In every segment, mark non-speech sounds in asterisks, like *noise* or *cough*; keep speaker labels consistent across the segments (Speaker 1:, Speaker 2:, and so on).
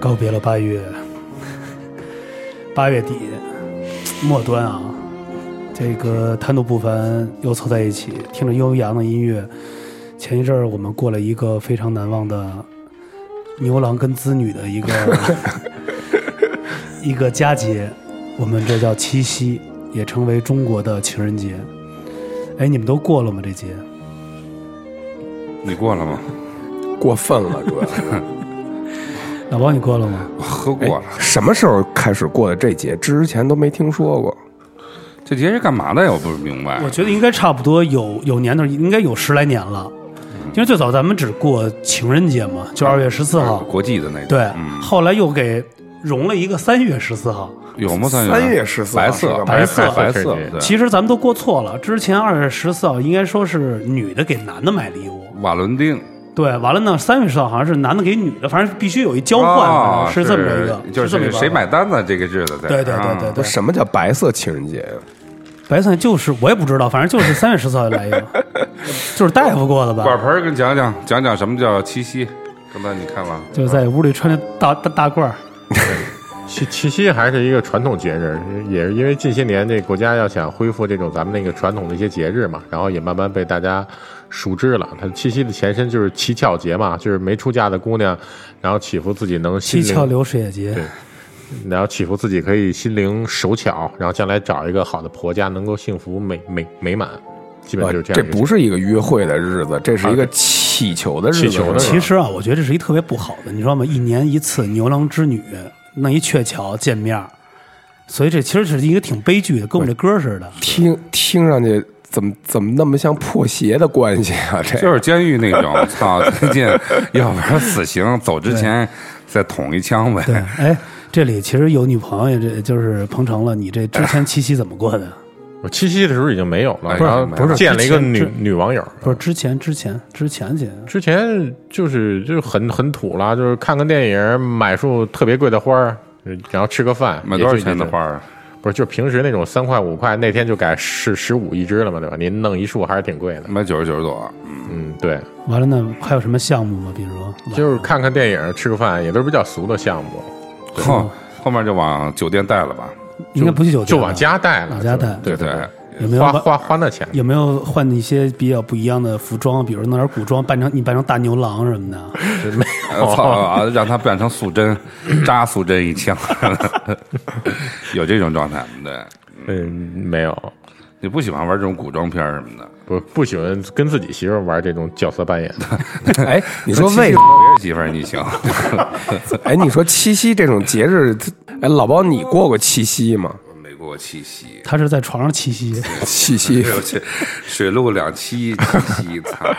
Speaker 1: 告别了八月，八月底末端啊，这个谈吐不凡又凑在一起，听着悠扬的音乐。前一阵儿我们过了一个非常难忘的牛郎跟织女的一个一个佳节，我们这叫七夕，也称为中国的情人节。哎，你们都过了吗？这节？
Speaker 2: 你过了吗？
Speaker 3: 过分了，主要是
Speaker 1: 老王，你过了吗？
Speaker 2: 我喝过了。
Speaker 3: *laughs* 什么时候开始过的这节？之前都没听说过。
Speaker 2: 这节是干嘛的呀？我不明白
Speaker 1: 我。觉得应该差不多有有年头，应该有十来年了。因为最早咱们只过情人节嘛，就二月十四号，
Speaker 2: 国际的那个。
Speaker 1: 对，
Speaker 2: 嗯，
Speaker 1: 后来又给融了一个三月十四号。
Speaker 2: 有吗？三月
Speaker 3: 三月十四号
Speaker 2: 白
Speaker 3: 是
Speaker 2: 色
Speaker 3: 吧
Speaker 1: 白色
Speaker 2: 色白
Speaker 4: 对对对
Speaker 2: 对
Speaker 1: 其实咱们都过错了，之前二月十四号应该说是女的给男的买礼物，
Speaker 2: 瓦伦丁
Speaker 1: 对，完了呢，三月十号好像是男的给女的，反正必须有一交换，
Speaker 2: 哦
Speaker 1: 反正是这么一个，
Speaker 2: 就是
Speaker 1: 这么一个
Speaker 2: 谁买单的这个日子在。
Speaker 1: 对对对对
Speaker 2: 啊
Speaker 3: 那
Speaker 1: 对，
Speaker 3: 什么叫白色情人节呀？
Speaker 1: 白菜就是我也不知道，反正就是三月十四号就来一个， *laughs* 就是大夫过的
Speaker 2: *laughs*
Speaker 1: 吧？
Speaker 2: 管盆儿跟讲讲讲讲什么叫七夕。刚才你看了，
Speaker 1: 就是在屋里穿着大大大褂儿，
Speaker 4: 七七夕还是一个传统节日，也是因为近些年这国家要想恢复这种咱们那个传统的一些节日嘛，然后也慢慢被大家熟知了。它七夕的前身就是乞巧节嘛，就是没出嫁的姑娘，然后祈福自己能心
Speaker 1: 七
Speaker 4: 灵
Speaker 1: 窍流水节，
Speaker 4: 然后祈福自己可以心灵手巧，然后将来找一个好的婆家，能够幸福美美美满，基本就是这
Speaker 3: 呃这
Speaker 4: 样一个。啊
Speaker 3: 不是一个约会的日子，这是一个祈求的日子。
Speaker 4: 祈求的日子
Speaker 1: 其实啊，我觉得这是一特别不好的，你知道吗？一年一次牛郎织女那一鹊桥见面儿，所以这其实是一个挺悲剧的，跟我们这歌似的。
Speaker 3: 听听上去怎么怎么那么像破鞋的关系啊？这
Speaker 2: 就是监狱那
Speaker 1: *laughs*
Speaker 2: 种，操，最近要不然死刑，走之前再捅一枪呗。
Speaker 1: 对，哎，这里其实有女朋友，这就是彭程了。你这之前七夕怎么过的？
Speaker 4: 我七夕的时候已经没有了，
Speaker 2: 不是
Speaker 4: 然后
Speaker 2: 不是
Speaker 4: 见了一个
Speaker 1: 之前
Speaker 4: 女
Speaker 1: 之
Speaker 4: 女网友，
Speaker 1: 不是之前之前之前姐，
Speaker 4: 之前就是就是很很土啦，就是看个电影，买束特别贵的花儿，然后吃个饭，
Speaker 2: 买多少钱的花
Speaker 4: 儿？
Speaker 2: 儿啊？
Speaker 4: 不是，就是平时那种三块五块，那天就改是十五一支了嘛，对吧？您弄一束还是挺贵的。
Speaker 2: 买九十九十多。
Speaker 4: 嗯，对，
Speaker 1: 完了呢，还有什么项目吗？比如说，
Speaker 4: 就是看看电影，吃个饭，也都是比较俗的项目，
Speaker 2: 后后面就往酒店带了吧。
Speaker 1: 应该不去酒店，
Speaker 4: 就往，家带
Speaker 1: 啊
Speaker 4: 了，
Speaker 1: 往家带
Speaker 4: 对
Speaker 2: 对
Speaker 4: 对，
Speaker 1: 有没有
Speaker 4: 花
Speaker 1: 换
Speaker 4: 花花那钱。
Speaker 1: 有没有换一些比较不一样的服装？比如弄点古装，扮成你扮成大牛郎什么的。
Speaker 2: 呃操啊！让他变成素贞，扎素贞一枪，有这种状态。对，
Speaker 4: 嗯，没有，
Speaker 2: 你不喜欢玩这种古装片儿什么的，
Speaker 4: 不不喜欢跟自己媳妇儿玩这种角色扮演。
Speaker 3: *laughs* 哎，你说为
Speaker 2: 七夕
Speaker 3: 什
Speaker 2: 有
Speaker 3: 么？
Speaker 2: 别人媳妇儿你行？
Speaker 3: 哎，你说七夕这种节日， *laughs* 哎，老包你过过七夕吗？
Speaker 2: 没过七夕， *laughs*
Speaker 1: 他是在床上七夕，
Speaker 3: 七夕
Speaker 2: 对不起，水陆两栖七夕，操！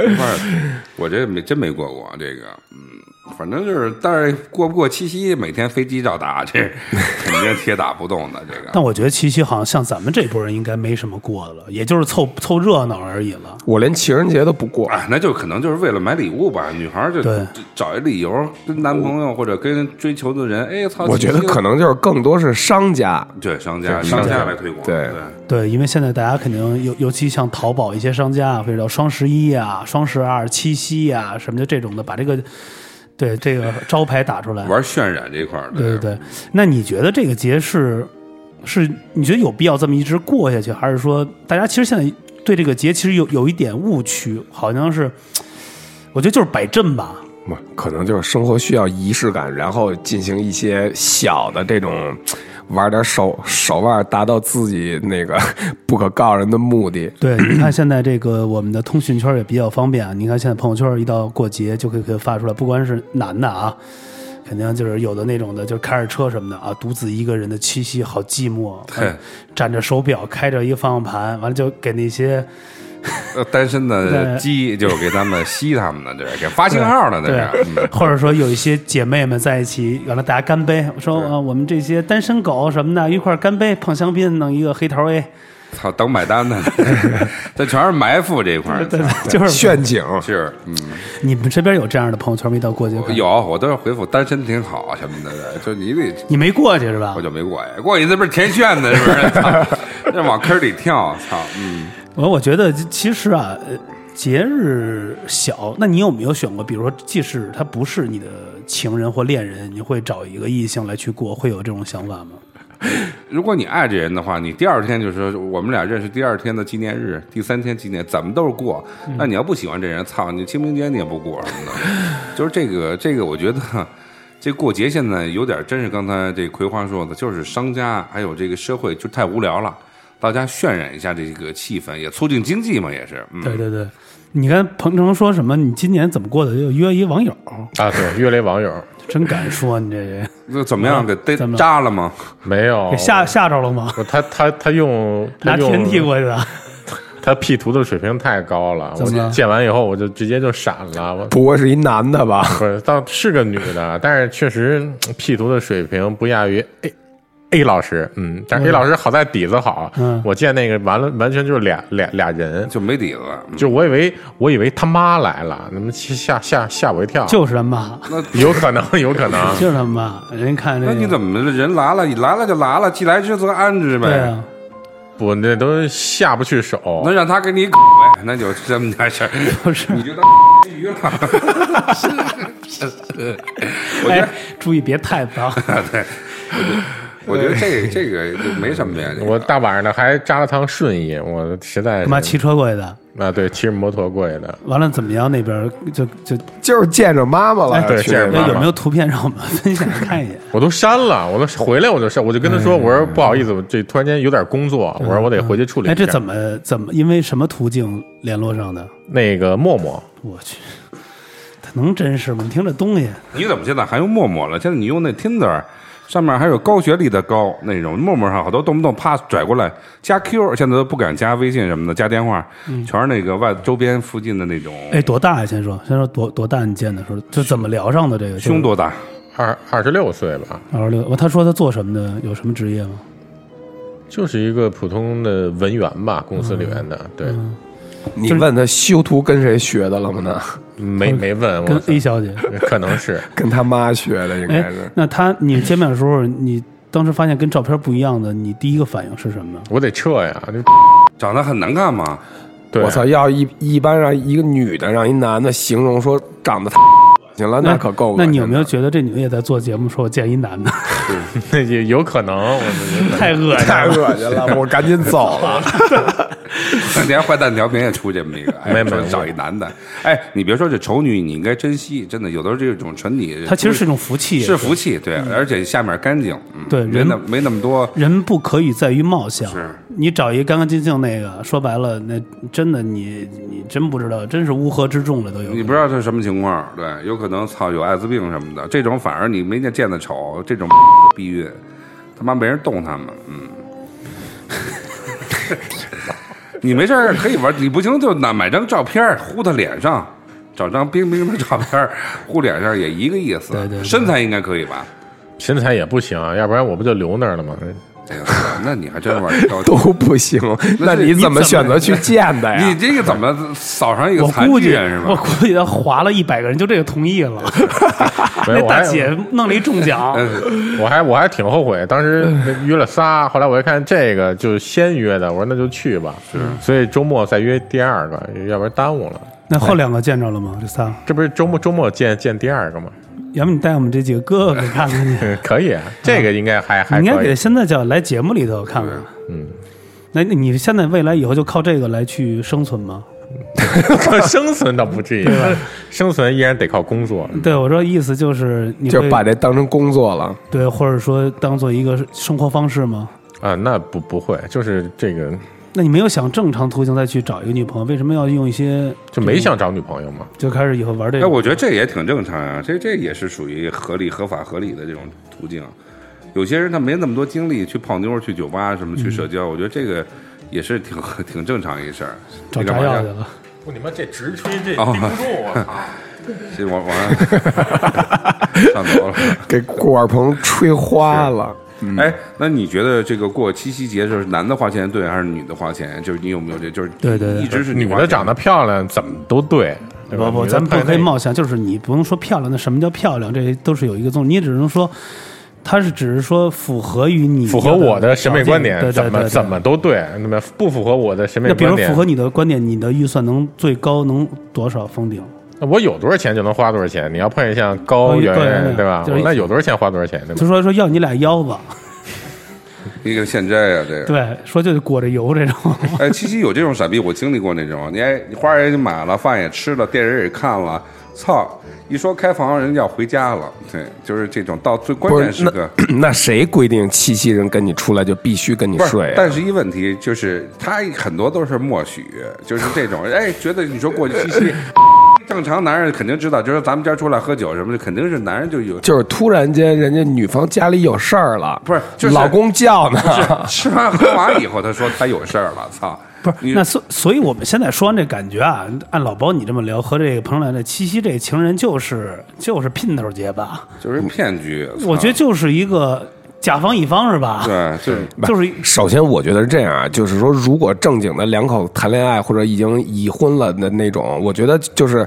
Speaker 2: 一块儿，我这没真没过过这个，嗯，反正就是，但是过不过七夕，每天飞机照打，这肯定铁打不动的。这个
Speaker 1: 但我觉得七夕好像像咱们这波人应该没什么过的了，也就是凑凑热闹而已了。
Speaker 3: 我连情人节都不过。
Speaker 2: 啊，那就可能就是为了买礼物吧，女孩儿就
Speaker 1: 对
Speaker 2: 就找一理由，跟男朋友或者跟追求的人，哎操，
Speaker 3: 我觉得
Speaker 2: 七夕
Speaker 3: 可能就是更多是商家，
Speaker 2: 对商家
Speaker 3: 商
Speaker 2: 商
Speaker 3: 家
Speaker 2: 家来推广，
Speaker 3: 对
Speaker 1: 对，因为现在大家肯定尤尤其像淘宝一些商家啊，或者叫双十一啊、双十二、七夕啊什么的这种的，把这个对这个招牌打出来。
Speaker 2: 玩渲染这一块儿的，
Speaker 1: 对对对，那你觉得这个节是是你觉得有必要这么一直过下去，还是说大家其实现在对这个节其实有有一点误区，好像是我觉得就是摆阵吧。
Speaker 3: 不，可能就是生活需要仪式感，然后进行一些小的这种，玩点手手腕，达到自己那个 *laughs* 不可告人的目的。
Speaker 1: 对，你看现在这个我们的通讯圈也比较方便啊。你看现在朋友圈一到过节就可以可以发出来，不管是男的啊，肯定就是有的那种的，就是开着车什么的啊，独自一个人的七夕好寂寞，
Speaker 2: 对
Speaker 1: 嗯站着手表，开着一个方向盘，完了就给那些
Speaker 2: 呃，单身的
Speaker 1: 对
Speaker 2: 鸡就是给他们吸他们的，这是给发信号的，这是嗯
Speaker 1: 对， *laughs* 或者说有一些姐妹们在一起，完了大家干杯，说啊我们这些单身狗什么的一块儿干杯，碰香槟，弄一个黑桃 A，
Speaker 2: 嗯操等买
Speaker 1: *laughs*
Speaker 2: 单的，这全是埋伏这一块儿，
Speaker 1: 对， *laughs* 就是
Speaker 3: 陷阱，
Speaker 2: 是嗯，
Speaker 1: 你们身边有这样的朋友圈没到过节看？，
Speaker 2: 有啊我都是回复单身挺好什么的，就你得
Speaker 1: 你没过去是吧
Speaker 2: 我？就没过呀，过去这不是 *laughs* 填炫的，是不是？操，这往坑里跳，操，嗯，
Speaker 1: 我我觉得其实啊，呃节日小，那你有没有选过？比如说，即使他不是你的情人或恋人，你会找一个异性来去过，会有这种想法吗？
Speaker 2: 如果你爱这人的话，你第二天就说我们俩认识第二天的纪念日，第三天纪念怎么都是过。
Speaker 1: 嗯
Speaker 2: 那你要不喜欢这人，操你清明节你也不过什么的， *laughs* 就是这个这个，我觉得这过节现在有点真是刚才这葵花说的，就是商家还有这个社会就太无聊了，大家渲染一下这个气氛，也促进经济嘛，也是。嗯，
Speaker 1: 对对对，你看彭程说什么？你今年怎么过的？就约一网友，
Speaker 4: 啊，对，约了一网友，
Speaker 1: 真敢说你这人，
Speaker 2: 那怎么样？给逮
Speaker 1: 啊怎么
Speaker 2: 扎了吗？
Speaker 4: 没有
Speaker 1: 给吓吓着了吗？
Speaker 2: *laughs*
Speaker 4: 不他他他用
Speaker 1: 拿
Speaker 4: 他用
Speaker 1: 天踢过去的，
Speaker 2: 啊
Speaker 4: 他 P 图的水平太高了，
Speaker 1: 怎
Speaker 4: 我
Speaker 1: 么了
Speaker 4: 见完以后我就直接就闪了，我
Speaker 3: 不会是一男的吧？
Speaker 4: 不是倒是个女的，但是确实嗯 P 图的水平不亚于 A A 老师，嗯，但是 A 老师好在底子好，
Speaker 1: 嗯
Speaker 4: 我见那个完了完全就是俩俩俩人，
Speaker 2: 就没底子了。嗯
Speaker 4: 就我以为我以为他妈来了，那么吓吓吓我一跳，
Speaker 1: 就是他妈，
Speaker 4: 有可能 *laughs* 有可能，
Speaker 1: 就是他妈，人家看这
Speaker 2: 那
Speaker 1: 个，
Speaker 2: 你怎么人来了？你来了就来了，既来之则安之呗。
Speaker 1: 对啊？
Speaker 4: 不那都下不去手，
Speaker 2: 能让他给你口呗， *laughs* 那就这么点事
Speaker 4: *laughs*
Speaker 2: 儿，
Speaker 1: 不是
Speaker 2: 你就当吃鱼了。我觉
Speaker 1: 哎
Speaker 2: 得，，
Speaker 1: 注意别太脏，
Speaker 2: 我觉得这个这个就没什么呀。这个
Speaker 4: 我大晚上的还扎了趟顺义，我实在
Speaker 1: 他
Speaker 4: 是
Speaker 1: 妈骑车过去的，
Speaker 4: 啊，对，骑着摩托过去的，
Speaker 1: 完了怎么样？那边就就
Speaker 3: 就是见着妈妈了，
Speaker 1: 哎
Speaker 4: 对
Speaker 3: 去
Speaker 4: 见着
Speaker 1: 哎
Speaker 4: 妈妈
Speaker 1: 有没有图片让我们分享看一眼？
Speaker 4: 我都删了，我都回来我就删，我就跟他
Speaker 1: 嗯
Speaker 4: 说，我说不好意思，我这突然间有点工作，我说我得回去处理一下。
Speaker 1: 哎，这怎么怎么因为什么途径联络上的？
Speaker 4: 那个陌陌，
Speaker 1: 我去，他能真是吗？你听这东西，
Speaker 2: 你怎么现在还用陌陌了？现在你用那 Tinder，上面还有高学历的高那种，陌陌上好多动不动啪拽过来加 Q，现在都不敢加微信什么的，加电话，
Speaker 4: 嗯
Speaker 2: 全是那个外周边附近的那种。
Speaker 1: 哎，多大呀、先说，先说多多大？你见的时候，就怎么聊上的这个？
Speaker 2: 胸多大？
Speaker 4: 二二十六岁吧，
Speaker 1: 二十六，哦他说他做什么的？有什么职业吗？
Speaker 4: 就是一个普通的文员吧，公司里面
Speaker 1: 嗯
Speaker 4: 的，对，
Speaker 3: 你问他修图跟谁学的了吗？呢，
Speaker 4: 没没问
Speaker 1: 跟
Speaker 4: 我操，
Speaker 1: A 小姐。
Speaker 4: 可能是
Speaker 3: 跟他妈学的应该
Speaker 1: 哎
Speaker 3: 是，。
Speaker 1: 那他你见面的时候，你当时发现跟照片不一样的，你第一个反应是什么？
Speaker 4: 我得撤呀，
Speaker 1: *laughs*
Speaker 4: 就
Speaker 2: 长得很难看
Speaker 4: *laughs*
Speaker 2: 吗？
Speaker 4: 对，
Speaker 3: 我操，要一一般让一个女的让一男的形容说长得 *laughs* 行了，那可够恶心
Speaker 1: 那
Speaker 3: 的
Speaker 1: 你有没有觉得这女的也在做节目，说我见一
Speaker 3: *laughs*
Speaker 1: 男的，
Speaker 4: 那也有可能，我觉得
Speaker 1: 太恶心
Speaker 3: 太
Speaker 1: 了？
Speaker 3: 恶心了？我赶紧走了。 *laughs*
Speaker 2: 那年坏蛋调频也出这么一个，哎
Speaker 4: 没没
Speaker 2: 说
Speaker 4: 我
Speaker 2: 找一男的。哎，你别说这丑女，你应该珍惜，真的，有的时候这种纯你，
Speaker 1: 它其实是一种福气，
Speaker 2: 是福气，对，
Speaker 1: 嗯
Speaker 2: 而且下面干净，嗯，
Speaker 1: 对
Speaker 2: 没
Speaker 1: 人
Speaker 2: 那没那么多，
Speaker 1: 人不可以在于貌相，
Speaker 2: 是
Speaker 1: 你找一个干干净净那个，说白了，那真的你你真不知道，真是乌合之众了都有。
Speaker 2: 你不知道这是什么情况，对，有可能操有艾滋病什么的，这种反而你没见见的丑，这种避孕，他妈没人动他们，嗯。 *laughs* 你没事儿可以玩，你不行就拿买张照片儿糊他脸上，找张冰冰的照片儿糊脸上也一个意思。
Speaker 1: 对对对
Speaker 2: 身材应该可以吧？
Speaker 4: 身材也不行，啊要不然我不就留那儿了吗？
Speaker 2: 哎呦，那你还真玩儿高
Speaker 1: *laughs*
Speaker 2: 级
Speaker 3: 都不行，那你怎么选择去见的
Speaker 2: 你
Speaker 3: 呀？
Speaker 2: 这个怎么扫上一个
Speaker 1: 我
Speaker 2: 残
Speaker 1: 估
Speaker 2: 疾
Speaker 1: 计
Speaker 2: 人是，
Speaker 1: 我
Speaker 2: 吧？
Speaker 1: 估计他划了一百个人，就这个同意了。
Speaker 4: *laughs* 没
Speaker 1: 那
Speaker 4: 有，我嗯
Speaker 1: 大
Speaker 4: 还
Speaker 1: 姐弄了一中奖，
Speaker 4: 我还我还挺后悔，当时约了仨，后来我一看这个就是先约的，我说那就去吧，是，所以周末再约第二个，要不然耽误了。
Speaker 1: 那后两个见着了吗？这仨，
Speaker 4: 这不是周末周末见见第二
Speaker 1: *laughs*
Speaker 4: 个吗？
Speaker 1: 要不你带我们这几个哥哥看看去？
Speaker 4: 嗯可以啊，这个应该还 *laughs* 还
Speaker 1: 嗯你应该
Speaker 4: 可
Speaker 1: 给
Speaker 4: 以
Speaker 1: 他。
Speaker 4: *laughs*
Speaker 1: 现在叫来节目里头看看。嗯，那那你现在未来以后就靠这个来去生存吗？
Speaker 4: 生存倒不至于，生存依然得靠工作。
Speaker 1: 对，我说意思就是你
Speaker 3: 就
Speaker 1: 会
Speaker 3: 把这当成工作了，
Speaker 1: 对，或者说当做一个生活方式吗？
Speaker 4: 啊，那不不会，就是这个
Speaker 1: 那你没有想正常途径再去找一个女朋友，为什么要用一些
Speaker 4: 就没想找女朋友嘛。
Speaker 1: 就开始以后玩这
Speaker 2: 哎，
Speaker 1: 个？
Speaker 2: 我觉得这也挺正常啊，这这也是属于合理、合法、合理的这种途径。有些人他没那么多精力去泡妞、去酒吧什么、去
Speaker 1: 嗯
Speaker 2: 社交，我觉得这个也是挺挺正常一事儿。
Speaker 1: 找
Speaker 2: 你干
Speaker 1: 炸
Speaker 2: 嘛
Speaker 1: 药去了，
Speaker 4: 我你妈这直吹这顶
Speaker 2: 哦
Speaker 4: 不住我操！
Speaker 2: 这往往上头了。 *laughs*
Speaker 3: 给郭二鹏吹花了。
Speaker 1: 嗯
Speaker 2: 哎，那你觉得这个过七夕节是男的花钱对还是女的花钱？就是你有没有这？就是
Speaker 1: 对对对
Speaker 2: 一直是
Speaker 4: *laughs* 女
Speaker 2: 花
Speaker 4: 的
Speaker 2: 钱
Speaker 4: 长得漂亮，怎么都对。对吧
Speaker 1: 不不，
Speaker 4: 女的
Speaker 1: 咱们
Speaker 4: 太
Speaker 1: 不可以
Speaker 4: 那个
Speaker 1: 冒险，就是你不用说漂亮，那什么叫漂亮？这都是有一个综，你也只能说它是只是说符合于你
Speaker 4: 符合
Speaker 1: 要
Speaker 4: 我的审美
Speaker 1: 条件
Speaker 4: 观点，
Speaker 1: 对对
Speaker 4: 怎么
Speaker 1: 对对
Speaker 4: 怎么都对，那么不符合我的审美
Speaker 1: 那比
Speaker 4: 观
Speaker 1: 如说
Speaker 4: 点
Speaker 1: 符，合你的观点，你的预算能最高能多少封顶？
Speaker 4: 那我有多少钱就能花多少钱。你要碰见像高
Speaker 1: 高
Speaker 4: 圆
Speaker 1: 对
Speaker 4: 圆
Speaker 1: 对
Speaker 4: 对吧
Speaker 1: 就是，
Speaker 4: 那有多少钱花多少钱对吧
Speaker 1: 就？说说要你俩腰
Speaker 4: *laughs*
Speaker 1: 子，
Speaker 2: 一个现摘啊，这个。
Speaker 1: 对，说就得裹着油这种，
Speaker 2: *laughs* 哎，七夕有这种傻逼，我经历过那种。你哎，你花儿也买了，饭也吃了，电影也看了，操！一说开房，人家要回家了。对，就是这种到最关
Speaker 3: 不
Speaker 2: 键
Speaker 3: 是
Speaker 2: 时刻
Speaker 3: 那 *clears throat* 那谁规定七夕人跟你出来就必须跟你
Speaker 2: 不
Speaker 3: 睡
Speaker 2: 是
Speaker 3: 啊？，
Speaker 2: 但是一问题就是，他很多都是默许，就是这种，哎，觉得你说过去七
Speaker 1: *laughs*
Speaker 2: 夕，正常男人肯定知道，就是咱们今儿出来喝酒什么的，肯定是男人就有
Speaker 3: 就是突然间人家女方家里有事儿了，
Speaker 2: 不是就是
Speaker 3: 老公叫呢，
Speaker 2: 吃完喝完以后，他说他有事儿了，操！
Speaker 1: 不是？
Speaker 2: 你
Speaker 1: 那所所以我们现在说完这感觉啊，按老包你这么聊和这个彭来的七夕这情人就是就是姘头节吧？
Speaker 2: 就是骗局。
Speaker 1: 我觉得
Speaker 2: 操
Speaker 1: 就是一个甲方乙方是吧？
Speaker 2: 对，就是
Speaker 1: 就是
Speaker 3: 首先，我觉得是这样啊，就是说，如果正经的两口谈恋爱或者已经已婚了的那种，我觉得就是。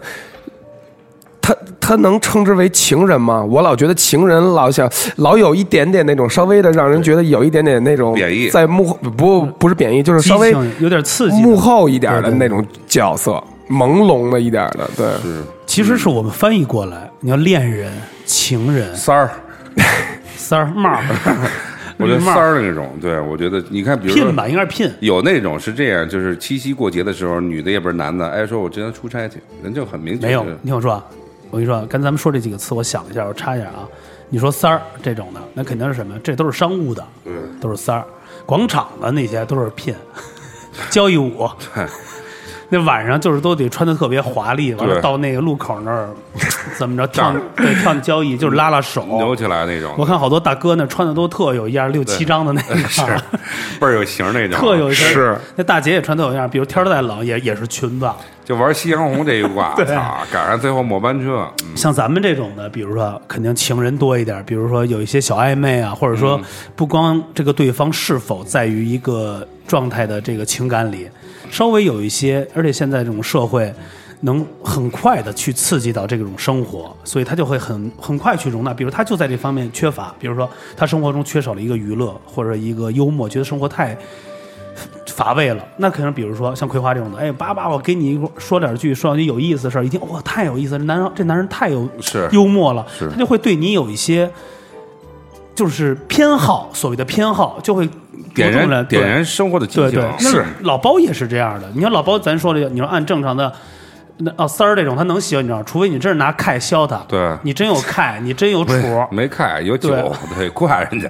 Speaker 3: 他他能称之为情人吗？我老觉得情人老想老有一点点那种稍微的让人觉得有一点点那种
Speaker 2: 贬义
Speaker 3: 在幕后不不是贬义，就是
Speaker 1: 激
Speaker 3: 稍微
Speaker 1: 情有点刺激的。
Speaker 3: 幕后一点的那种角色，朦胧了一点的，对，
Speaker 1: 其实是我们翻译过来，你要恋人、情人、
Speaker 2: 三儿，
Speaker 1: 三儿帽儿，
Speaker 2: 我觉得
Speaker 1: 绿帽
Speaker 2: 三
Speaker 1: 儿
Speaker 2: 儿的那种，对我觉得你看，比如说
Speaker 1: 聘吧，应该是聘。
Speaker 2: 有那种是这样，就是七夕过节的时候，女的也不是男的，哎，说我今天出差去，人就很明确
Speaker 1: 没有
Speaker 2: 是，
Speaker 1: 你听我说啊，我跟你说啊，刚才咱们说这几个词，我想了一下，我插一下啊。你说三儿这种的，那肯定是什么呀？这都是商务的，嗯，都是三儿。广场的那些都是聘，交谊舞。那晚上就是都得穿的特别华丽，完了
Speaker 2: 对
Speaker 1: 到那个路口那
Speaker 2: *laughs*
Speaker 1: 儿怎么着跳对跳交谊，就是拉拉手。
Speaker 2: 扭起来那种，
Speaker 1: 我看好多大哥那穿的都特有样儿，六七张的那个，
Speaker 2: 嗯是倍儿有型儿那种，
Speaker 1: 特有型儿。
Speaker 3: 是
Speaker 1: 那大姐也穿特有样儿，比如天儿再冷也也是裙子。
Speaker 2: 就玩夕阳红这一
Speaker 1: *laughs*
Speaker 2: 挂，操，赶上最后末班车，嗯
Speaker 1: 像咱们这种的，比如说肯定情人多一点，比如说有一些小暧昧啊，或者说不光这个对方是否在于一个状态的这个情感里，稍微有一些，而且现在这种社会。能很快的去刺激到这种生活，所以他就会很很快去容纳。比如他就在这方面缺乏，比如说他生活中缺少了一个娱乐或者一个幽默，觉得生活太乏味了，那肯定比如说像葵花这种的，哎，叭叭，我给你一会儿说两句，说两句有意思的事儿，一听哇，太有意思了，这男人这男人太有
Speaker 2: 是
Speaker 1: 幽默了
Speaker 2: 是，
Speaker 1: 他就会对你有一些就是偏好，所谓的偏好就会
Speaker 2: 点
Speaker 1: 着重了
Speaker 2: 燃点
Speaker 1: 对
Speaker 2: 燃生活的激
Speaker 1: 对
Speaker 2: 情
Speaker 1: 对，，那
Speaker 2: 是
Speaker 1: 老包也是这样的。你看老包，咱说的，你说按正常的，那哦三儿这种，他能喜欢你知道吗，除非你真是拿揩削他，
Speaker 2: 对
Speaker 1: 你真有揩，你真有杵。
Speaker 2: 没开有酒，对，挂人家，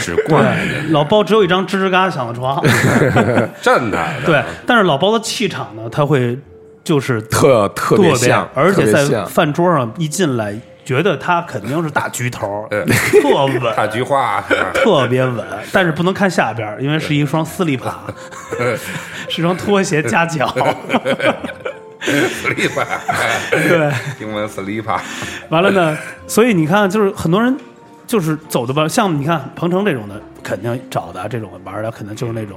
Speaker 2: 只挂人
Speaker 1: 对，老包只有一张吱吱嘎响的
Speaker 2: *laughs*
Speaker 1: 床，
Speaker 2: 家，震他，
Speaker 1: 对。但是老包的气场呢，他会就是
Speaker 3: 特特别像，
Speaker 1: 而且
Speaker 3: 特别
Speaker 1: 在
Speaker 3: 像
Speaker 1: 饭桌上一进来，觉得他肯定是大局头，
Speaker 2: 对
Speaker 1: 特稳，
Speaker 2: 大菊花，是吧 *laughs*
Speaker 1: 特别稳，但是不能看下边儿，因为是一双丝丽帕，是双拖鞋夹脚。
Speaker 2: ，sleep，
Speaker 1: 对，
Speaker 2: 英文 sleep，
Speaker 1: 完了呢，所以你看，就是很多人就是走的吧，像你看彭程这种的，肯定找的啊这种玩儿的，肯定就是那种。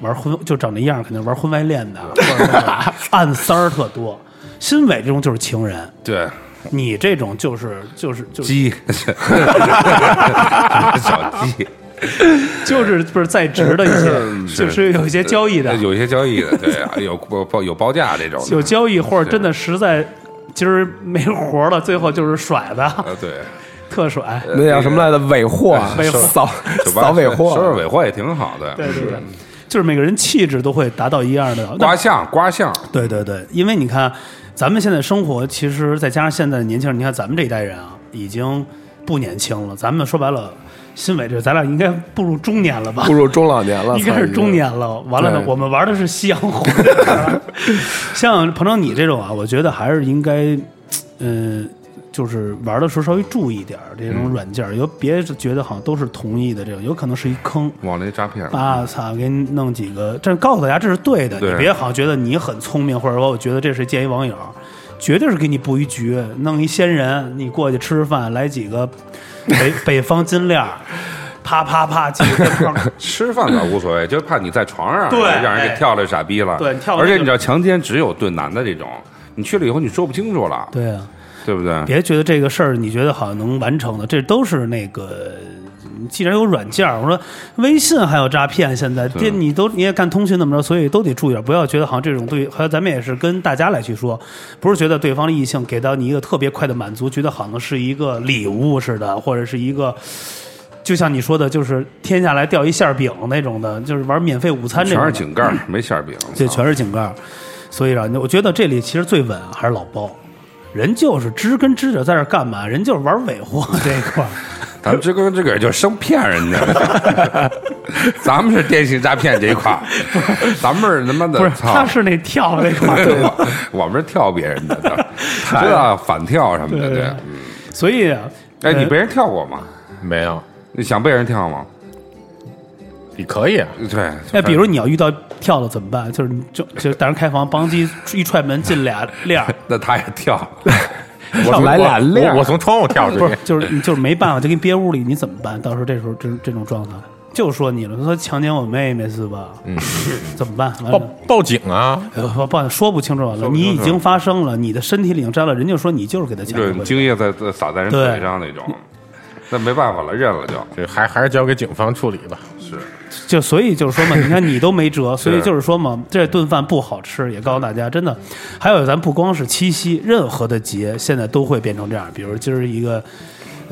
Speaker 1: 玩婚就长那样儿，肯定玩婚外恋的，或者那种暗三儿特多。新伟这种就是情人，
Speaker 2: 对。
Speaker 1: 你这种就是就是就是
Speaker 2: *laughs* 鸡，小鸡，
Speaker 1: 就是不是在职的一 *laughs* 些，嗯就是呃有一些交易的，
Speaker 2: *laughs* 有一些交易的，对啊，有报报有报价这种的，
Speaker 1: 有交易或者真的实在今儿没活了，最后就是甩的，
Speaker 2: 啊，对，
Speaker 1: 特甩。
Speaker 3: 那叫什么来着？尾货，
Speaker 1: 尾货
Speaker 3: 扫
Speaker 2: 酒吧
Speaker 3: 扫尾货，
Speaker 2: 收拾尾货也挺好的，
Speaker 1: 对对对，就是嗯每个人气质都会达到一样的。
Speaker 2: 刮
Speaker 1: 那
Speaker 2: 相刮相，
Speaker 1: 对对对，因为你看，咱们现在生活，其实再加上现在的年轻人，你看咱们这一代人啊，已经不年轻了。咱们说白了，新伟这咱俩应该步入中年了吧？
Speaker 3: 步入中老年了，
Speaker 1: 应该是中年了。完了呢
Speaker 3: 对，
Speaker 1: 我们玩的是夕阳红。 *laughs* 像彭程你这种啊，我觉得还是应该，呃，就是玩的时候稍微注意点儿这种软件儿，有别觉得好像都是同意的这种，有可能是一坑。
Speaker 2: 网雷诈骗，
Speaker 1: 啊操！给你弄几个，这告诉大家这是对的，
Speaker 2: 对
Speaker 1: 你别好像觉得你很聪明，或者说我觉得这是见一网友，啊绝对是给你布一局，弄一仙人，你过去吃吃饭，来几个北 *laughs* 北方金链儿，啪啪啪几个 *laughs* 鞭炮，
Speaker 2: 吃饭倒无所
Speaker 1: *laughs*
Speaker 2: 谓，就怕你在床上
Speaker 1: 对
Speaker 2: 让人给跳了傻逼了，
Speaker 1: 对跳了
Speaker 2: 而且
Speaker 1: 就
Speaker 2: 你知道强奸只有对男的这种，你去了以后你说不清楚了，
Speaker 1: 对啊，
Speaker 2: 对不对？
Speaker 1: 别觉得这个事儿你觉得好像能完成的，这都是那个，嗯既然有软件儿，我说微信还有诈骗，现在这你都你也干通讯那么着，所以都得注意点，不要觉得好像这种对，还有咱们也是跟大家来去说，不是觉得对方的异性给到你一个特别快的满足，觉得好像是一个礼物似的，或者是一个。就像你说的，就是天下来掉一馅儿饼那种的，就是玩免费午餐这种嗯
Speaker 2: 全
Speaker 1: 的，
Speaker 2: 是井盖儿，没馅儿饼。
Speaker 1: 这全是井盖儿，所以啊，我觉得这里其实最稳还是老包，人就是知根知底在这儿干嘛，人就是玩尾货这一 *laughs* 块儿。
Speaker 2: 咱们知根知底儿就生骗人家，
Speaker 1: *laughs*
Speaker 2: 咱们是电信诈骗这一块儿，
Speaker 1: *laughs*
Speaker 2: 咱们是他妈的
Speaker 1: 不是，
Speaker 2: 操
Speaker 1: 他是那跳那块儿， *laughs*
Speaker 2: 我我们是跳别人的，知道反跳什么的。对，
Speaker 1: 所以啊
Speaker 2: 哎，你被人跳过吗？
Speaker 4: 没有，
Speaker 2: 你想被人跳吗？
Speaker 4: 你可以啊，
Speaker 2: 对，
Speaker 1: 哎，比如你要遇到跳了怎么办？就是你就就打人开房，邦机一踹门进俩链儿，
Speaker 2: 那他也跳，
Speaker 3: 我来俩
Speaker 4: 我我
Speaker 3: 亮，
Speaker 4: 从窗户跳
Speaker 1: 不
Speaker 4: 出
Speaker 1: 是
Speaker 4: 去，，
Speaker 1: 就是你就是没办法，就给你憋屋里，你怎么办？到时候这时候这这种状态，就说你了，说强奸我妹妹是吧？嗯，怎么办？完
Speaker 4: 报
Speaker 1: 了。
Speaker 4: 报警啊！
Speaker 1: 呃不不说不清楚了，你已经发生了，你的身体里已经沾了，人家说你就是给他强
Speaker 2: 对，
Speaker 1: 奸过。
Speaker 2: 精液在在撒在人腿上那种，那没办法了，认了就。
Speaker 4: 这还还是交给警方处理吧。
Speaker 1: 就所以就是
Speaker 2: *laughs*
Speaker 1: 说嘛，你看你都没辙，所以就是说嘛，这顿饭不好吃，也告诉大家，真的。还有咱不光是七夕，任何的节现在都会变成这样，比如今儿一个。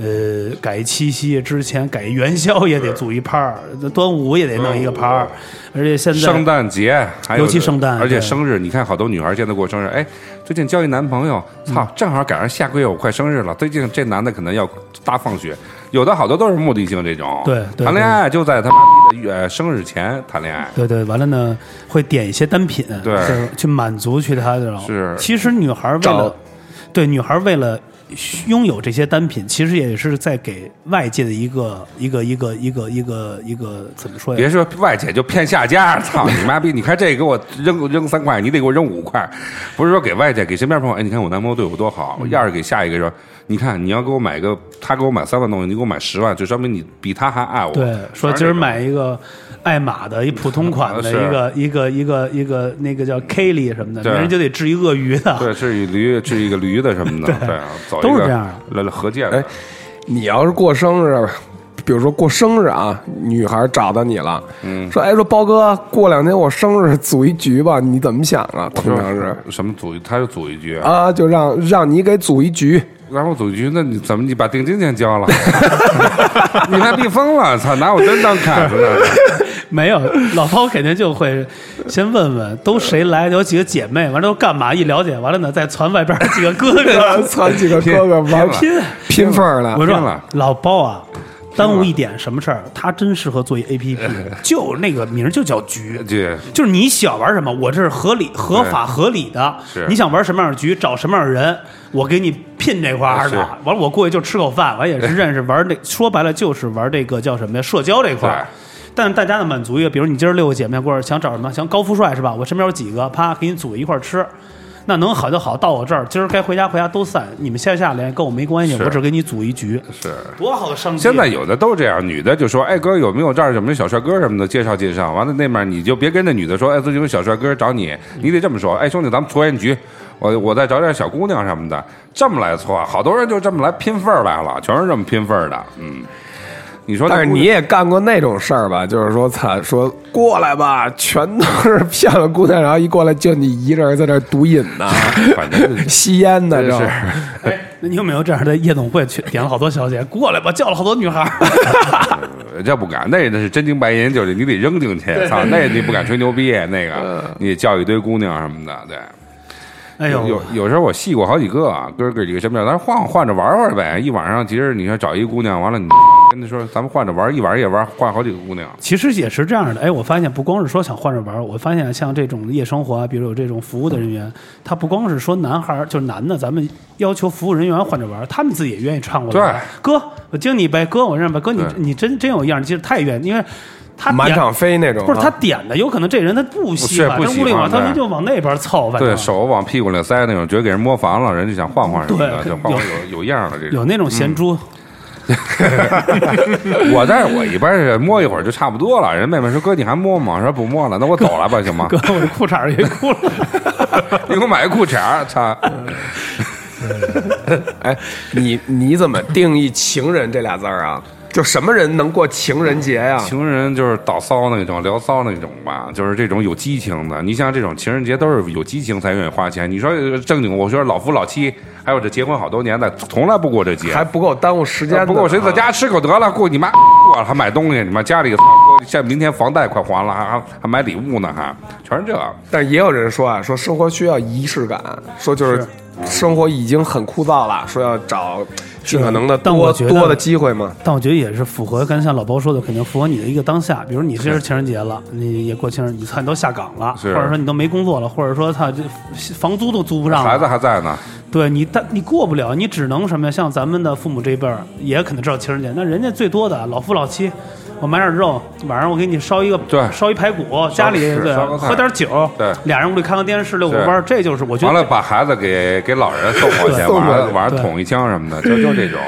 Speaker 1: 呃，改七夕之前改元宵也得组一趴儿，端午也得弄一个趴儿，而且现在
Speaker 2: 哦圣诞节，还有
Speaker 1: 尤其圣诞
Speaker 2: 而且
Speaker 1: 对
Speaker 2: 生日，你看好多女孩现在过生日，哎，最近交一男朋友，操，
Speaker 1: 嗯
Speaker 2: 正好赶上下个月我快生日了，最近这男的可能要大放血，有的好多都是目的性这种，
Speaker 1: 对对
Speaker 2: 谈恋爱就在他妈逼的呃生日前谈恋爱，
Speaker 1: 对对，完了呢，会点一些单品，
Speaker 2: 对
Speaker 1: 就是去满足去她的。
Speaker 2: 是
Speaker 1: 其实女孩为了
Speaker 3: 找，
Speaker 1: 对女孩为了拥有这些单品，其实也是在给外界的一个一个一个一个一个一个怎么说
Speaker 2: 别
Speaker 1: 呀？
Speaker 2: 说外界就骗下家，操你妈逼！你看这给我扔扔三块，你得给我扔五块，不是说给外界给身边朋友，哎，你看我男朋友对我多好，
Speaker 1: 嗯
Speaker 2: 要是给下一个说，你看你要给我买个，他给我买三万东西，你给我买十万，就说明你比他还爱我。
Speaker 1: 对，说今儿买一个爱马的一普通款的
Speaker 2: 是
Speaker 1: 一个一个一个一个那个叫 Kelly 什么的，
Speaker 2: 对
Speaker 1: 明儿就得治一鳄鱼的。
Speaker 2: 对，是一驴，是一个驴的什么的，对啊，走一个
Speaker 1: 都是这样
Speaker 2: 来了合建的
Speaker 3: 哎，你要是过生日，比如说过生日啊，女孩找到你了，说哎说包哥，过两天我生日组一局吧，你怎么想啊？通常是
Speaker 2: 什么组，他就组一局，
Speaker 3: 啊，就让让你给组一局，
Speaker 2: 然后组一局，那你怎么你把定金先交了？ *laughs* 你妈逼疯了，操，拿我真当砍子呢？
Speaker 1: *laughs* 没有，老包肯定就会先问问都谁来，有几个姐妹，完了都干嘛？一了解完了呢，再传外边儿几个哥
Speaker 2: *laughs*
Speaker 1: 哥
Speaker 3: 攒几个哥哥玩
Speaker 2: 拼
Speaker 3: 拼缝儿了
Speaker 1: 我。
Speaker 2: 拼
Speaker 1: 说
Speaker 2: 了
Speaker 1: 老包啊，耽误一点什么事儿，他真适合做一 A P
Speaker 3: *laughs*
Speaker 1: P，就那个名儿就叫局。
Speaker 2: 对。
Speaker 1: 就是你想玩什么，我这是合理、合法、合理的
Speaker 2: 是。
Speaker 1: 你想玩什么样的局，找什么样的人，我给你拼这块儿
Speaker 2: 是
Speaker 1: 的。完了，我过去就吃口
Speaker 2: *laughs*
Speaker 1: 饭，完也是认识玩那，说白了就是玩这个叫什么呀，社交这块儿
Speaker 2: 对。
Speaker 1: 但是大家的满足欲，比如你今儿六个姐妹，或者想找什么，想高富帅是吧？我身边有几个，啪，给你组一块儿吃。那能好就好，到我这儿，今儿该回家回家都散，你们线下连跟我没关系，
Speaker 2: 是
Speaker 1: 我只给你组一局，
Speaker 2: 是，
Speaker 1: 多好的商机啊。
Speaker 2: 现在有的都这样，女的就说：“哎哥，有没有这儿什么小帅哥什么的？介绍介绍。”完了那面你就别跟那女的说：“哎，最近有小帅哥找你。”
Speaker 3: 嗯
Speaker 2: 你得这么说：“哎兄弟，咱们搓烟局，我我再找点小姑娘什么的。”这么来搓，好多人就这么来拼份儿来了，全是这么拼份儿的。嗯，你说那
Speaker 3: 但是
Speaker 2: 姑娘，
Speaker 3: 你也干过那种事儿吧？就是说，操，说过来吧，全都是漂亮姑娘，然后一过来就你一个人在那儿毒瘾呢、 *laughs*
Speaker 2: 啊反正是
Speaker 3: 吸烟呢，
Speaker 2: 真
Speaker 3: 这
Speaker 2: 是
Speaker 3: 种
Speaker 1: 那你有没有这样的夜总会去点了好多小姐过来吧，叫了好多女孩
Speaker 2: *laughs*
Speaker 1: 儿？
Speaker 2: 这不敢，那那是真金白银，就是你得扔进去，
Speaker 3: *laughs*
Speaker 2: 操，那你不敢吹牛逼，那
Speaker 3: 嗯
Speaker 2: 个你得叫一堆姑娘什么的，对。
Speaker 1: 哎呦，
Speaker 2: 有有时候我戏过好几个啊，哥哥几个身边，咱换换着玩玩呗。一晚上，其实你说找一姑娘，完了你 *laughs* 跟她说，咱们换着玩，一晚上也玩，换好几个姑娘。
Speaker 1: 其实也是这样的。哎，我发现不光是说想换着玩儿，我发现像这种夜生活啊，比如有这种服务的人员，他不光是说男孩儿，就是男的，咱们要求服务人员换着玩儿，他们自己也愿意唱过来。
Speaker 2: 对，
Speaker 1: 哥，我敬你呗，哥，我认呗，哥你
Speaker 2: 对
Speaker 1: 你真真有样儿，其实他也愿意，因为他
Speaker 3: 满
Speaker 1: 点
Speaker 3: 场飞那种啊。
Speaker 1: 不是他点的，有可能这人他不喜
Speaker 2: 是
Speaker 1: 欢，
Speaker 2: 不
Speaker 1: 他
Speaker 2: 喜
Speaker 1: 屋里
Speaker 2: 欢
Speaker 1: 往他
Speaker 2: 对
Speaker 1: 就往那边凑，反正
Speaker 2: 对手往屁股里塞那种，觉得给人摸烦了，人就想换换什么的，
Speaker 1: 对
Speaker 2: 就换换有有样了这
Speaker 1: 有
Speaker 2: 种。
Speaker 1: 那种咸猪，
Speaker 2: *laughs*
Speaker 1: *laughs*
Speaker 2: 我但是我一般是摸一会儿就差不多了。人妹妹说：“哥，你还摸吗？”我说：“不摸了，那我走了吧， *laughs* 行吗
Speaker 1: 哥，我这裤�衩儿也哭了。？”
Speaker 2: 你给我买个裤衩儿，操！
Speaker 3: 哎，你你怎么定义“情人”这俩字儿啊？就什么人能过情人节呀、
Speaker 2: 情人就是倒骚那种，聊骚那种吧，就是这种有激情的。你像这种情人节都是有激情才愿意花钱。你说呃正经，我说老夫老妻，还有这结婚好多年的，从来不过这节。呃
Speaker 3: 还不够耽误时间呢、
Speaker 2: 不过谁在
Speaker 3: 啊
Speaker 2: 家吃口得了，过你妈过了还买东西，你妈家里操，过现在明天房贷快还了，还还还买礼物呢，还全是这。
Speaker 3: 但也有人说啊，说生活需要仪式感，说就是生活已经很枯燥了，说要找尽可能的
Speaker 1: 但我
Speaker 3: 多
Speaker 1: 觉得
Speaker 3: 多的机会嘛。
Speaker 1: 但我觉得也是符合刚才像老包说的，肯定符合你的一个当下。比如你这是情人节了，你也过情人，你操你都下岗了，
Speaker 2: 是
Speaker 1: 或者说你都没工作了，或者说操这房租都租不上了，
Speaker 2: 孩子还在呢，
Speaker 1: 对你，但你过不了，你只能什么呀？像咱们的父母这辈儿，也可能知道情人节，那人家最多的老夫老妻，我买点肉，晚上我给你烧一个，
Speaker 2: 对
Speaker 1: 烧一排骨，家里
Speaker 2: 是
Speaker 1: 对
Speaker 2: 烧个菜
Speaker 1: 喝点酒，
Speaker 2: 对
Speaker 1: 俩人屋里看看电视，遛个
Speaker 2: 是
Speaker 1: 弯儿，这就是我觉
Speaker 2: 完
Speaker 1: 得
Speaker 2: 了把孩子给给老人送过去，
Speaker 1: 对
Speaker 2: 晚
Speaker 3: *laughs* 送过
Speaker 2: 上
Speaker 3: 去
Speaker 2: 晚上
Speaker 1: 对
Speaker 2: 捅一枪什么的，就就这种。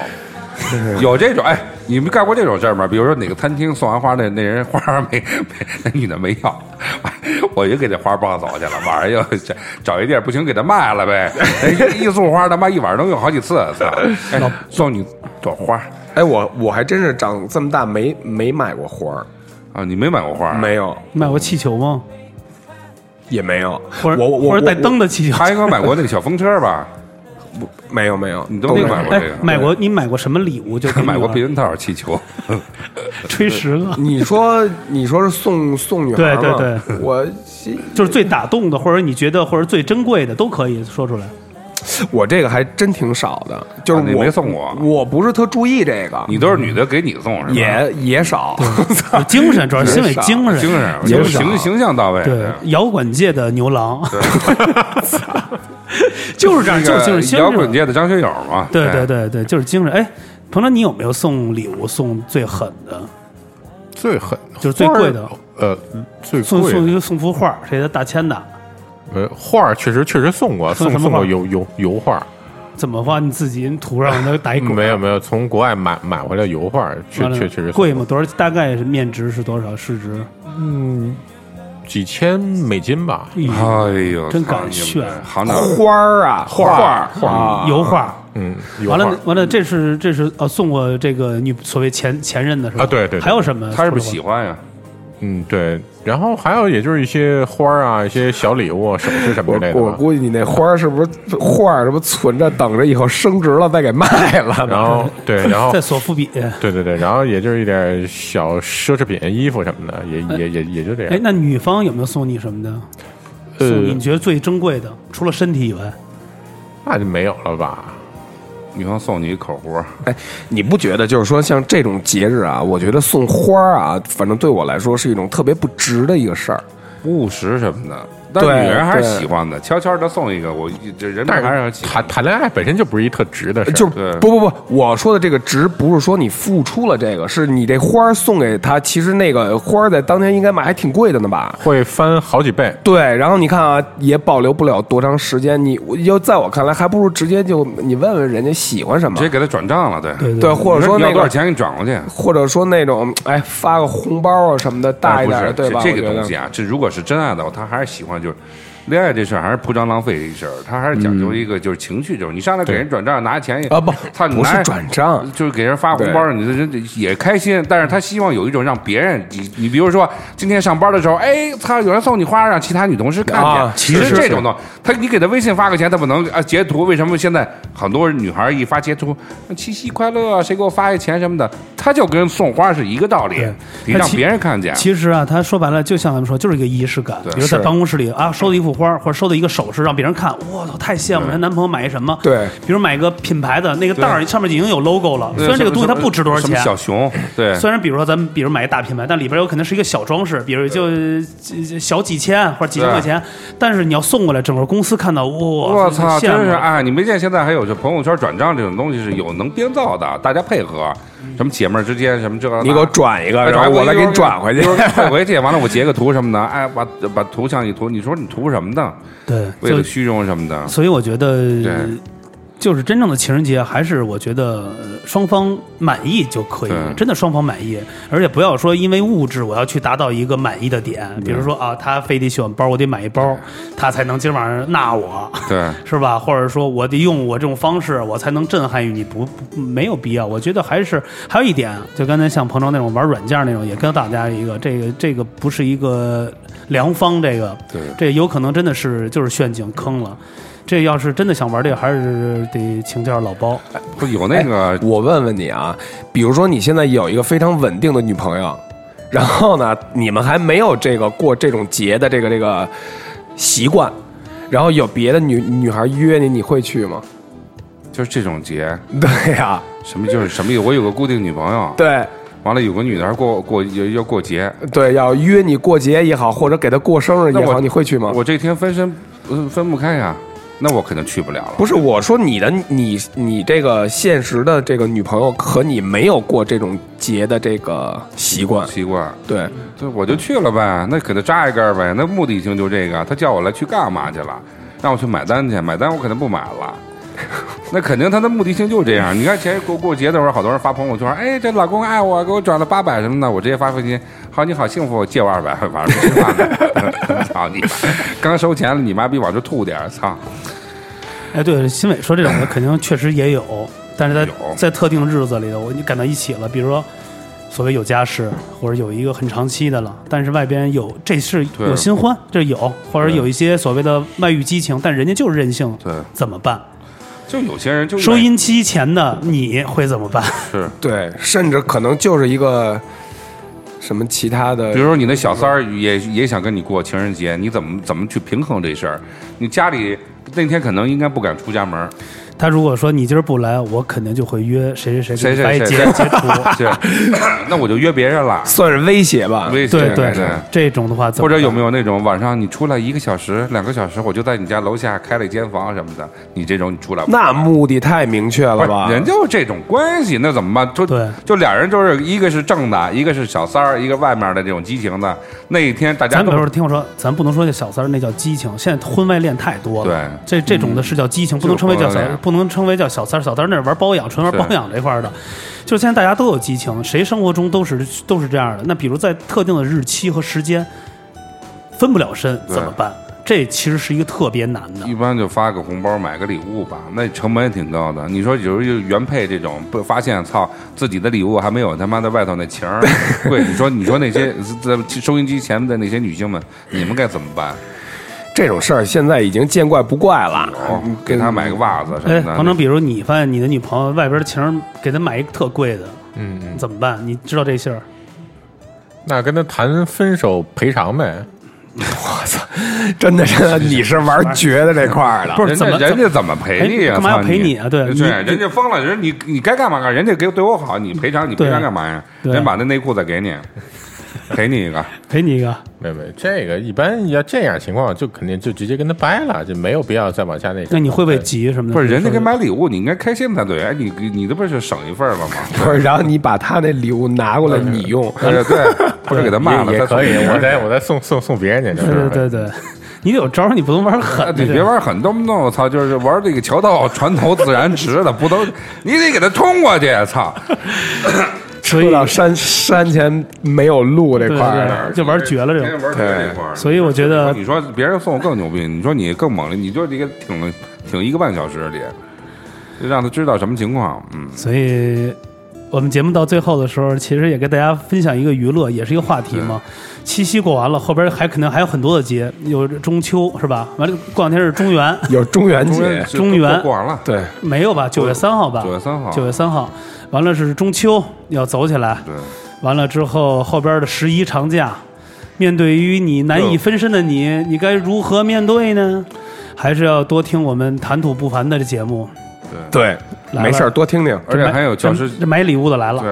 Speaker 2: 有这种哎，你们干过这种事儿吗？比如说哪个餐厅送完花，那那人花儿没没，那女的没要， *laughs* 我就给这花抱走去了。晚上又找找一地儿，不行给他卖了呗。 *laughs* 哎一一束花他妈一晚上能用好几次，操！哎，送你朵花儿
Speaker 3: 哎，我我还真是长这么大没没买过花儿，
Speaker 2: 啊？你没买过花儿？
Speaker 3: 没有，
Speaker 1: 买过气球吗？
Speaker 3: 也没有。
Speaker 1: 或者
Speaker 3: 我我我
Speaker 1: 或者带
Speaker 3: 我
Speaker 1: 灯的气球？
Speaker 2: 啊他应该买过那个小风车吧？
Speaker 3: 没有没有，
Speaker 2: 你都没买过
Speaker 1: 哎
Speaker 2: 这个，
Speaker 1: 买过你买过什么礼物？就
Speaker 2: 买过避
Speaker 3: 啊
Speaker 2: 孕套、气球，
Speaker 1: 吹十个，
Speaker 3: 你说你说是送送女孩
Speaker 1: 对
Speaker 3: 吗？
Speaker 1: 对
Speaker 3: 对，我
Speaker 1: 就是最打动的，或者你觉得或者最珍贵的都可以说出来。
Speaker 3: 我这个还真挺少的，就是
Speaker 2: 啊你
Speaker 3: 我、
Speaker 2: 没送过
Speaker 3: 我不是特注意这个，
Speaker 2: 你都是女的给你送是吧？
Speaker 3: 也也少。
Speaker 1: 有精神，主要是因为
Speaker 3: 少
Speaker 1: 精神，
Speaker 2: 精神，
Speaker 3: 也啊
Speaker 2: 就是
Speaker 3: 少
Speaker 2: 形形象到位。
Speaker 1: 对，摇滚界的牛郎， *laughs* 就是这样，就是精神，
Speaker 2: 那个摇滚
Speaker 1: 精神
Speaker 2: 界的张学友嘛。
Speaker 1: 对对，
Speaker 2: 哎
Speaker 1: 对对，就是精神。哎，彭程，你有没有送礼物送最狠的？
Speaker 4: 最狠
Speaker 1: 就是最贵的
Speaker 4: 花儿呃，最
Speaker 1: 送
Speaker 4: 贵
Speaker 1: 送一
Speaker 4: 的
Speaker 1: 个送幅画，谁的大千的？
Speaker 4: 呃画儿确实确实送过，
Speaker 1: 送
Speaker 4: 送
Speaker 1: 什么
Speaker 4: 送
Speaker 1: 画
Speaker 4: 过油油油画儿，
Speaker 1: 怎么画？你自己涂上那打一滚？
Speaker 4: *laughs* 没有没有，从国外买买回来油画儿，确
Speaker 1: 完了
Speaker 4: 确确实送
Speaker 1: 贵吗？多少？大概是面值是多少？市值？
Speaker 4: 几千美金吧，
Speaker 2: 哎呦，
Speaker 1: 真敢炫
Speaker 2: 行长，
Speaker 3: *laughs* 花儿啊，
Speaker 4: 画
Speaker 3: 儿
Speaker 4: 儿
Speaker 3: 画啊，
Speaker 1: 油画。
Speaker 4: 嗯，油画
Speaker 1: 完
Speaker 4: 儿
Speaker 1: 了完了，这是这是呃送过这个女所谓前前任的是吧？
Speaker 4: 啊对对对
Speaker 1: 还有什么？
Speaker 2: 他是不是喜欢呀？
Speaker 4: 嗯对，然后还有也就是一些花儿啊，一些小礼物、首饰什么
Speaker 3: 我
Speaker 4: 之类的啊
Speaker 3: 我
Speaker 4: 吧。
Speaker 3: 估计你那花儿是不是画儿是不是存着等着以后升值了再给卖了
Speaker 4: *laughs*
Speaker 3: 呢？
Speaker 4: 然后对，然后
Speaker 1: 在所付比？
Speaker 4: *laughs* 对对对，然后也就是一点小奢侈品、衣服什么的，也也也也就这
Speaker 1: 哎
Speaker 4: 样，。
Speaker 1: 那女方有没有送你什么的？送你
Speaker 4: 呃
Speaker 1: 你，觉得最珍贵的，除了身体以外，
Speaker 4: 那就没有了吧？
Speaker 2: 女方送你一口活，
Speaker 3: 哎，你不觉得就是说像这种节日啊，我觉得送花儿啊，反正对我来说是一种特别不值的一个事儿。
Speaker 2: 务实什么的，但
Speaker 3: 对
Speaker 2: 女人还
Speaker 3: 对
Speaker 2: 是喜欢的，悄悄的送一个，我这人
Speaker 4: 但
Speaker 2: 们还
Speaker 4: 是
Speaker 2: 是喜欢
Speaker 4: 谈谈恋爱本身就不是一特值的事儿，
Speaker 3: 就是
Speaker 2: 对
Speaker 3: 不不不，我说的这个值不是说你付出了这个，是你这花儿送给他，其实那个花儿在当天应该买还挺贵的呢吧？
Speaker 4: 会翻好几倍。
Speaker 3: 对，然后你看啊，也保留不了多长时间。你我要在我看来，还不如直接就你问问人家喜欢什么
Speaker 2: 直，接给他转账了，对
Speaker 1: 对
Speaker 3: 对，或者说
Speaker 2: 你要
Speaker 3: 那
Speaker 2: 多少
Speaker 3: 个，
Speaker 2: 钱给你转过去？
Speaker 3: 或者说那种，哎，发个红包啊什么的，大一点
Speaker 2: 哎
Speaker 3: 的，
Speaker 2: 不是
Speaker 3: 对吧？
Speaker 2: 这
Speaker 3: 我
Speaker 2: 这
Speaker 3: 觉
Speaker 2: 个
Speaker 3: 得
Speaker 2: 东西啊，这如果是真爱的话，他还是喜欢就是。恋爱这事儿还是铺张浪费这事儿，他还是讲究一个就是情绪这种。你上来给人转账拿钱也
Speaker 3: 嗯啊不
Speaker 2: 操你
Speaker 3: 不是
Speaker 2: 拿
Speaker 3: 转
Speaker 1: 啊
Speaker 3: 账，
Speaker 2: 就是给人发红包，你这人也开心，但是他希望有一种让别人，你你比如说今天上班的时候，哎，操，有人送你花，让其他女同事看见，
Speaker 3: 啊
Speaker 2: 其
Speaker 3: 是
Speaker 2: 实
Speaker 3: 是
Speaker 2: 这种的，他你给他微信发个钱，他不能啊截图，为什么现在很多女孩一发截图，七夕快乐啊，谁给我发一钱什么的，他就跟送花是一个道理
Speaker 1: 对，
Speaker 2: 得
Speaker 1: 那
Speaker 2: 让
Speaker 1: 其
Speaker 2: 别人看见。
Speaker 1: 其实啊，他说白了，就像咱们说，就是一个仪式感。比如在
Speaker 3: 是
Speaker 1: 办公室里啊，收到一幅花儿或者收到一个首饰，让别人看，我操，太羡慕了！她男朋友买一什么？
Speaker 3: 对
Speaker 1: 比如买个品牌的那个袋儿，上面已经有 logo 了。
Speaker 2: 对
Speaker 1: 虽然这个
Speaker 2: 什么
Speaker 1: 东西它不值多少
Speaker 2: 什么
Speaker 1: 钱，
Speaker 2: 小熊，对，
Speaker 1: 虽然比如说咱们比如买一大品牌，但里边有可能是一个小装饰，比如就就小几千或者几千
Speaker 2: 对
Speaker 1: 块钱，但是你要送过来，整个公司看到，我
Speaker 2: 我操，
Speaker 1: 羡
Speaker 2: 真
Speaker 1: 慕
Speaker 2: 是哎！你没见现在还有这朋友圈转账这种东西是有能编造的，大家配合，什么姐妹儿之间什么这个那，
Speaker 3: 你给我转一个，
Speaker 2: 哎
Speaker 3: 呃然后我再给你转
Speaker 2: 转
Speaker 3: 回去
Speaker 2: 一。会儿给我回去，完了我截个图什么的，哎，把把图像一图，你说你图什么呢？
Speaker 1: 对，
Speaker 2: 为
Speaker 1: 就
Speaker 3: *laughs*
Speaker 2: 了虚荣什么的，
Speaker 1: 所以我觉得
Speaker 2: 对，
Speaker 1: 就是真正的情人节，还是我觉得呃双方满意就可以
Speaker 2: 对，
Speaker 1: 真的双方满意，而且不要说因为物质我要去达到一个满意的点，比如说啊，他非得喜欢包，我得买一包，他才能今晚上纳我，
Speaker 2: 对，
Speaker 1: 是吧？或者说我得用我这种方式，我才能震撼于你，不不没有必要。我觉得还是还有一点，啊就刚才像彭程那种玩软件那种，也跟大家一个，这个这个不是一个良方，这个
Speaker 2: 对
Speaker 1: 这有可能真的是就是陷阱坑了。这要是真的想玩这个，还是得请教老包。
Speaker 2: 不有那个
Speaker 3: *laughs* 我问问你啊，比如说你现在有一个非常稳定的女朋友，然后呢，你们还没有这个过这种节的这个这个习惯，然后有别的女女孩约你，你会去吗？ *laughs*
Speaker 2: 就是这种节，
Speaker 3: 对呀、
Speaker 2: 什么就是什么意思？我有个固定女朋友，
Speaker 3: 对
Speaker 2: 完了有个女的还过过要要过节，
Speaker 3: 对，要约你过节也好，或者给她过生日也
Speaker 2: 那
Speaker 3: 好，
Speaker 2: 我
Speaker 3: 你会去吗？
Speaker 2: 我这天分身呃分不开呀，那我肯定去不了了。
Speaker 3: 不是我说你的你你这个现实的这个女朋友和你没有过这种节的这个习惯，
Speaker 2: 习惯，
Speaker 3: 对，
Speaker 2: 对，我就去了呗，那给他扎一根儿呗，那目的性就这个。他叫我来去干嘛去了？让我去买单去，买单我肯定不买了。 *laughs* 那肯定他的目的性就是这样。你看前过过节的时候，好多人发朋友圈，哎，这老公爱我，给我转了八百什么的，我直接发微信，好，你好幸福，借我二百，晚上吃饭呢。 *laughs* 操你妈！刚收钱了，你妈逼往这吐点儿，操！
Speaker 1: 哎，对，新伟说这种的肯定确实也有，但是在
Speaker 2: 有
Speaker 1: 在特定日子里头，我你赶到一起了，比如说所谓有家室，或者有一个很长期的了，但是外边有这是
Speaker 2: 对
Speaker 1: 有新欢，这有，或者
Speaker 2: 对
Speaker 1: 有一些所谓的外遇激情，但人家就是任性，
Speaker 2: 对，
Speaker 1: 怎么办？
Speaker 2: 就有些人就
Speaker 1: 收音机前的你会怎么办？ *laughs*
Speaker 2: 是，
Speaker 3: 对，甚至可能就是一个什么其他的
Speaker 2: 比如说你那小三儿也也想跟你过情人节，你怎么怎么去平衡这事儿？你家里那天可能应该不敢出家门儿，
Speaker 1: 他如果说你今儿不来，我肯定就会约谁谁谁
Speaker 2: 谁
Speaker 1: 给你
Speaker 2: 谁
Speaker 1: 发一
Speaker 2: 谁
Speaker 1: 截
Speaker 2: 谁 *laughs*
Speaker 1: 截 *laughs* 图。
Speaker 2: 是， *coughs* 那我就约别人了。
Speaker 3: 算是威胁吧，
Speaker 2: 微信
Speaker 1: 对对
Speaker 2: 对，
Speaker 1: 这种的话怎么
Speaker 2: 或者有
Speaker 1: 办
Speaker 2: 没有那种晚上你出来一个小时、两个小时，我就在你家楼下开了一间房什么的，你这种你出来不
Speaker 3: 那目的太明确
Speaker 2: 不
Speaker 3: 了
Speaker 2: 是
Speaker 3: 吧？
Speaker 2: 人就是这种关系，那怎么办？就
Speaker 1: 对
Speaker 2: 就俩人就是一个是正的，一个是小三儿，一个外面的这种激情的。那一天大家
Speaker 1: 咱比
Speaker 2: 都
Speaker 1: 如说，听我说，咱不能说这小三儿那叫激情，现在婚外恋太多了。对，这这种的是叫激情，不能称为叫小
Speaker 2: 嗯就是婚外，恋
Speaker 1: 不能称为叫小三儿。小三儿那是玩包养，纯玩包养这块儿的。就是现在大家都有激情，谁生活中都是都是这样的。那比如在特定的日期和时间分不了身，
Speaker 2: 对
Speaker 1: 怎么办？这其实是一个特别难的
Speaker 2: 一。般就发个红包，买个礼物吧，那成本也挺高的。你说有时候原配这种，不发现操自己的礼物还没有他妈的外头那
Speaker 1: *laughs*
Speaker 2: 情儿贵，你说你说那些 *laughs* 在收音机前面的那些女性们，你们该怎么办？
Speaker 3: 这种事儿现在已经见怪不怪了。嗯
Speaker 2: 哦，给她买个袜子什
Speaker 1: 嗯哎，
Speaker 2: 么的。
Speaker 1: 黄成，比如你发现你的女朋友外边的情人给她买一个特贵的，嗯，怎么办？你知道这信儿？
Speaker 4: 那跟他谈分手赔偿呗。
Speaker 3: *laughs* 真的，真的，你是玩绝的这块儿的。
Speaker 1: 不是
Speaker 2: 人
Speaker 1: 怎
Speaker 2: 家
Speaker 1: 么
Speaker 2: 人家怎么赔你啊？
Speaker 1: 哎干嘛要
Speaker 2: 操
Speaker 1: 赔你啊对
Speaker 2: 对，
Speaker 1: 你
Speaker 2: 人家疯了，人家你你该干嘛干嘛，人家给对我好，你赔偿你
Speaker 1: 对
Speaker 2: 赔偿干嘛呀？
Speaker 1: 对
Speaker 2: 人把那内裤再给
Speaker 1: *laughs*
Speaker 2: 你，赔你一个。
Speaker 1: 赔你一个。
Speaker 4: 没有没有，这个一般要这样情况，就肯定就直接跟他掰了，就没有必要再往下那个。
Speaker 1: 那你会不会急什么的？
Speaker 2: 不是，人家
Speaker 1: 给
Speaker 2: 给买礼物，你应该开心才对。哎，你你这不是省一份儿了吗？
Speaker 3: 不是，然后你把他那礼物拿过来，你
Speaker 2: *laughs*
Speaker 3: 用，
Speaker 2: 对呃对，不是给他骂了，
Speaker 4: 也
Speaker 2: 他
Speaker 4: 也
Speaker 1: *laughs*
Speaker 4: 可以，我
Speaker 2: 这 *laughs*
Speaker 4: 再我再送送送别人去，就是
Speaker 1: 对对对对， *laughs* 你得有招儿，你不能玩狠的。
Speaker 2: 你啊别玩狠，动不动我操，就是玩这个桥道船头自然直的，不都你得给他冲过去，操！
Speaker 1: 所以
Speaker 3: 说到山山前没有路这
Speaker 1: 对
Speaker 3: 块儿的。
Speaker 1: *laughs* 对，就玩绝了这种。
Speaker 2: 玩啊这块儿。
Speaker 1: 所以我觉得
Speaker 2: 你说别人送我更牛逼，你说你更猛了，你就这个挺了挺一个半小时里，就让他知道什么情况。嗯，
Speaker 1: 所以我们节目到最后的时候，其实也给大家分享一个娱乐，也是一个话题嘛。七夕过完了，后边还肯定还有很多的节，有中秋是吧？完了，过两天是中元， *laughs*
Speaker 3: 有中元
Speaker 2: 中
Speaker 3: 节
Speaker 2: 间，
Speaker 1: 中原
Speaker 2: 过完了，
Speaker 3: 对，
Speaker 1: 没有吧？九月三号吧？
Speaker 2: 九月三号
Speaker 1: 九月三号，完了是中秋要走起来，
Speaker 2: 对，
Speaker 1: 完了之后，后边的十一长假，面对于你难以分身的你，
Speaker 2: 嗯
Speaker 1: 你该如何面对呢？还是要多听我们谈吐不凡的这节目，
Speaker 3: 对，
Speaker 1: 来
Speaker 3: 没事儿多听听。
Speaker 2: 而且还有教师
Speaker 1: 这买礼物的来了，
Speaker 2: 对，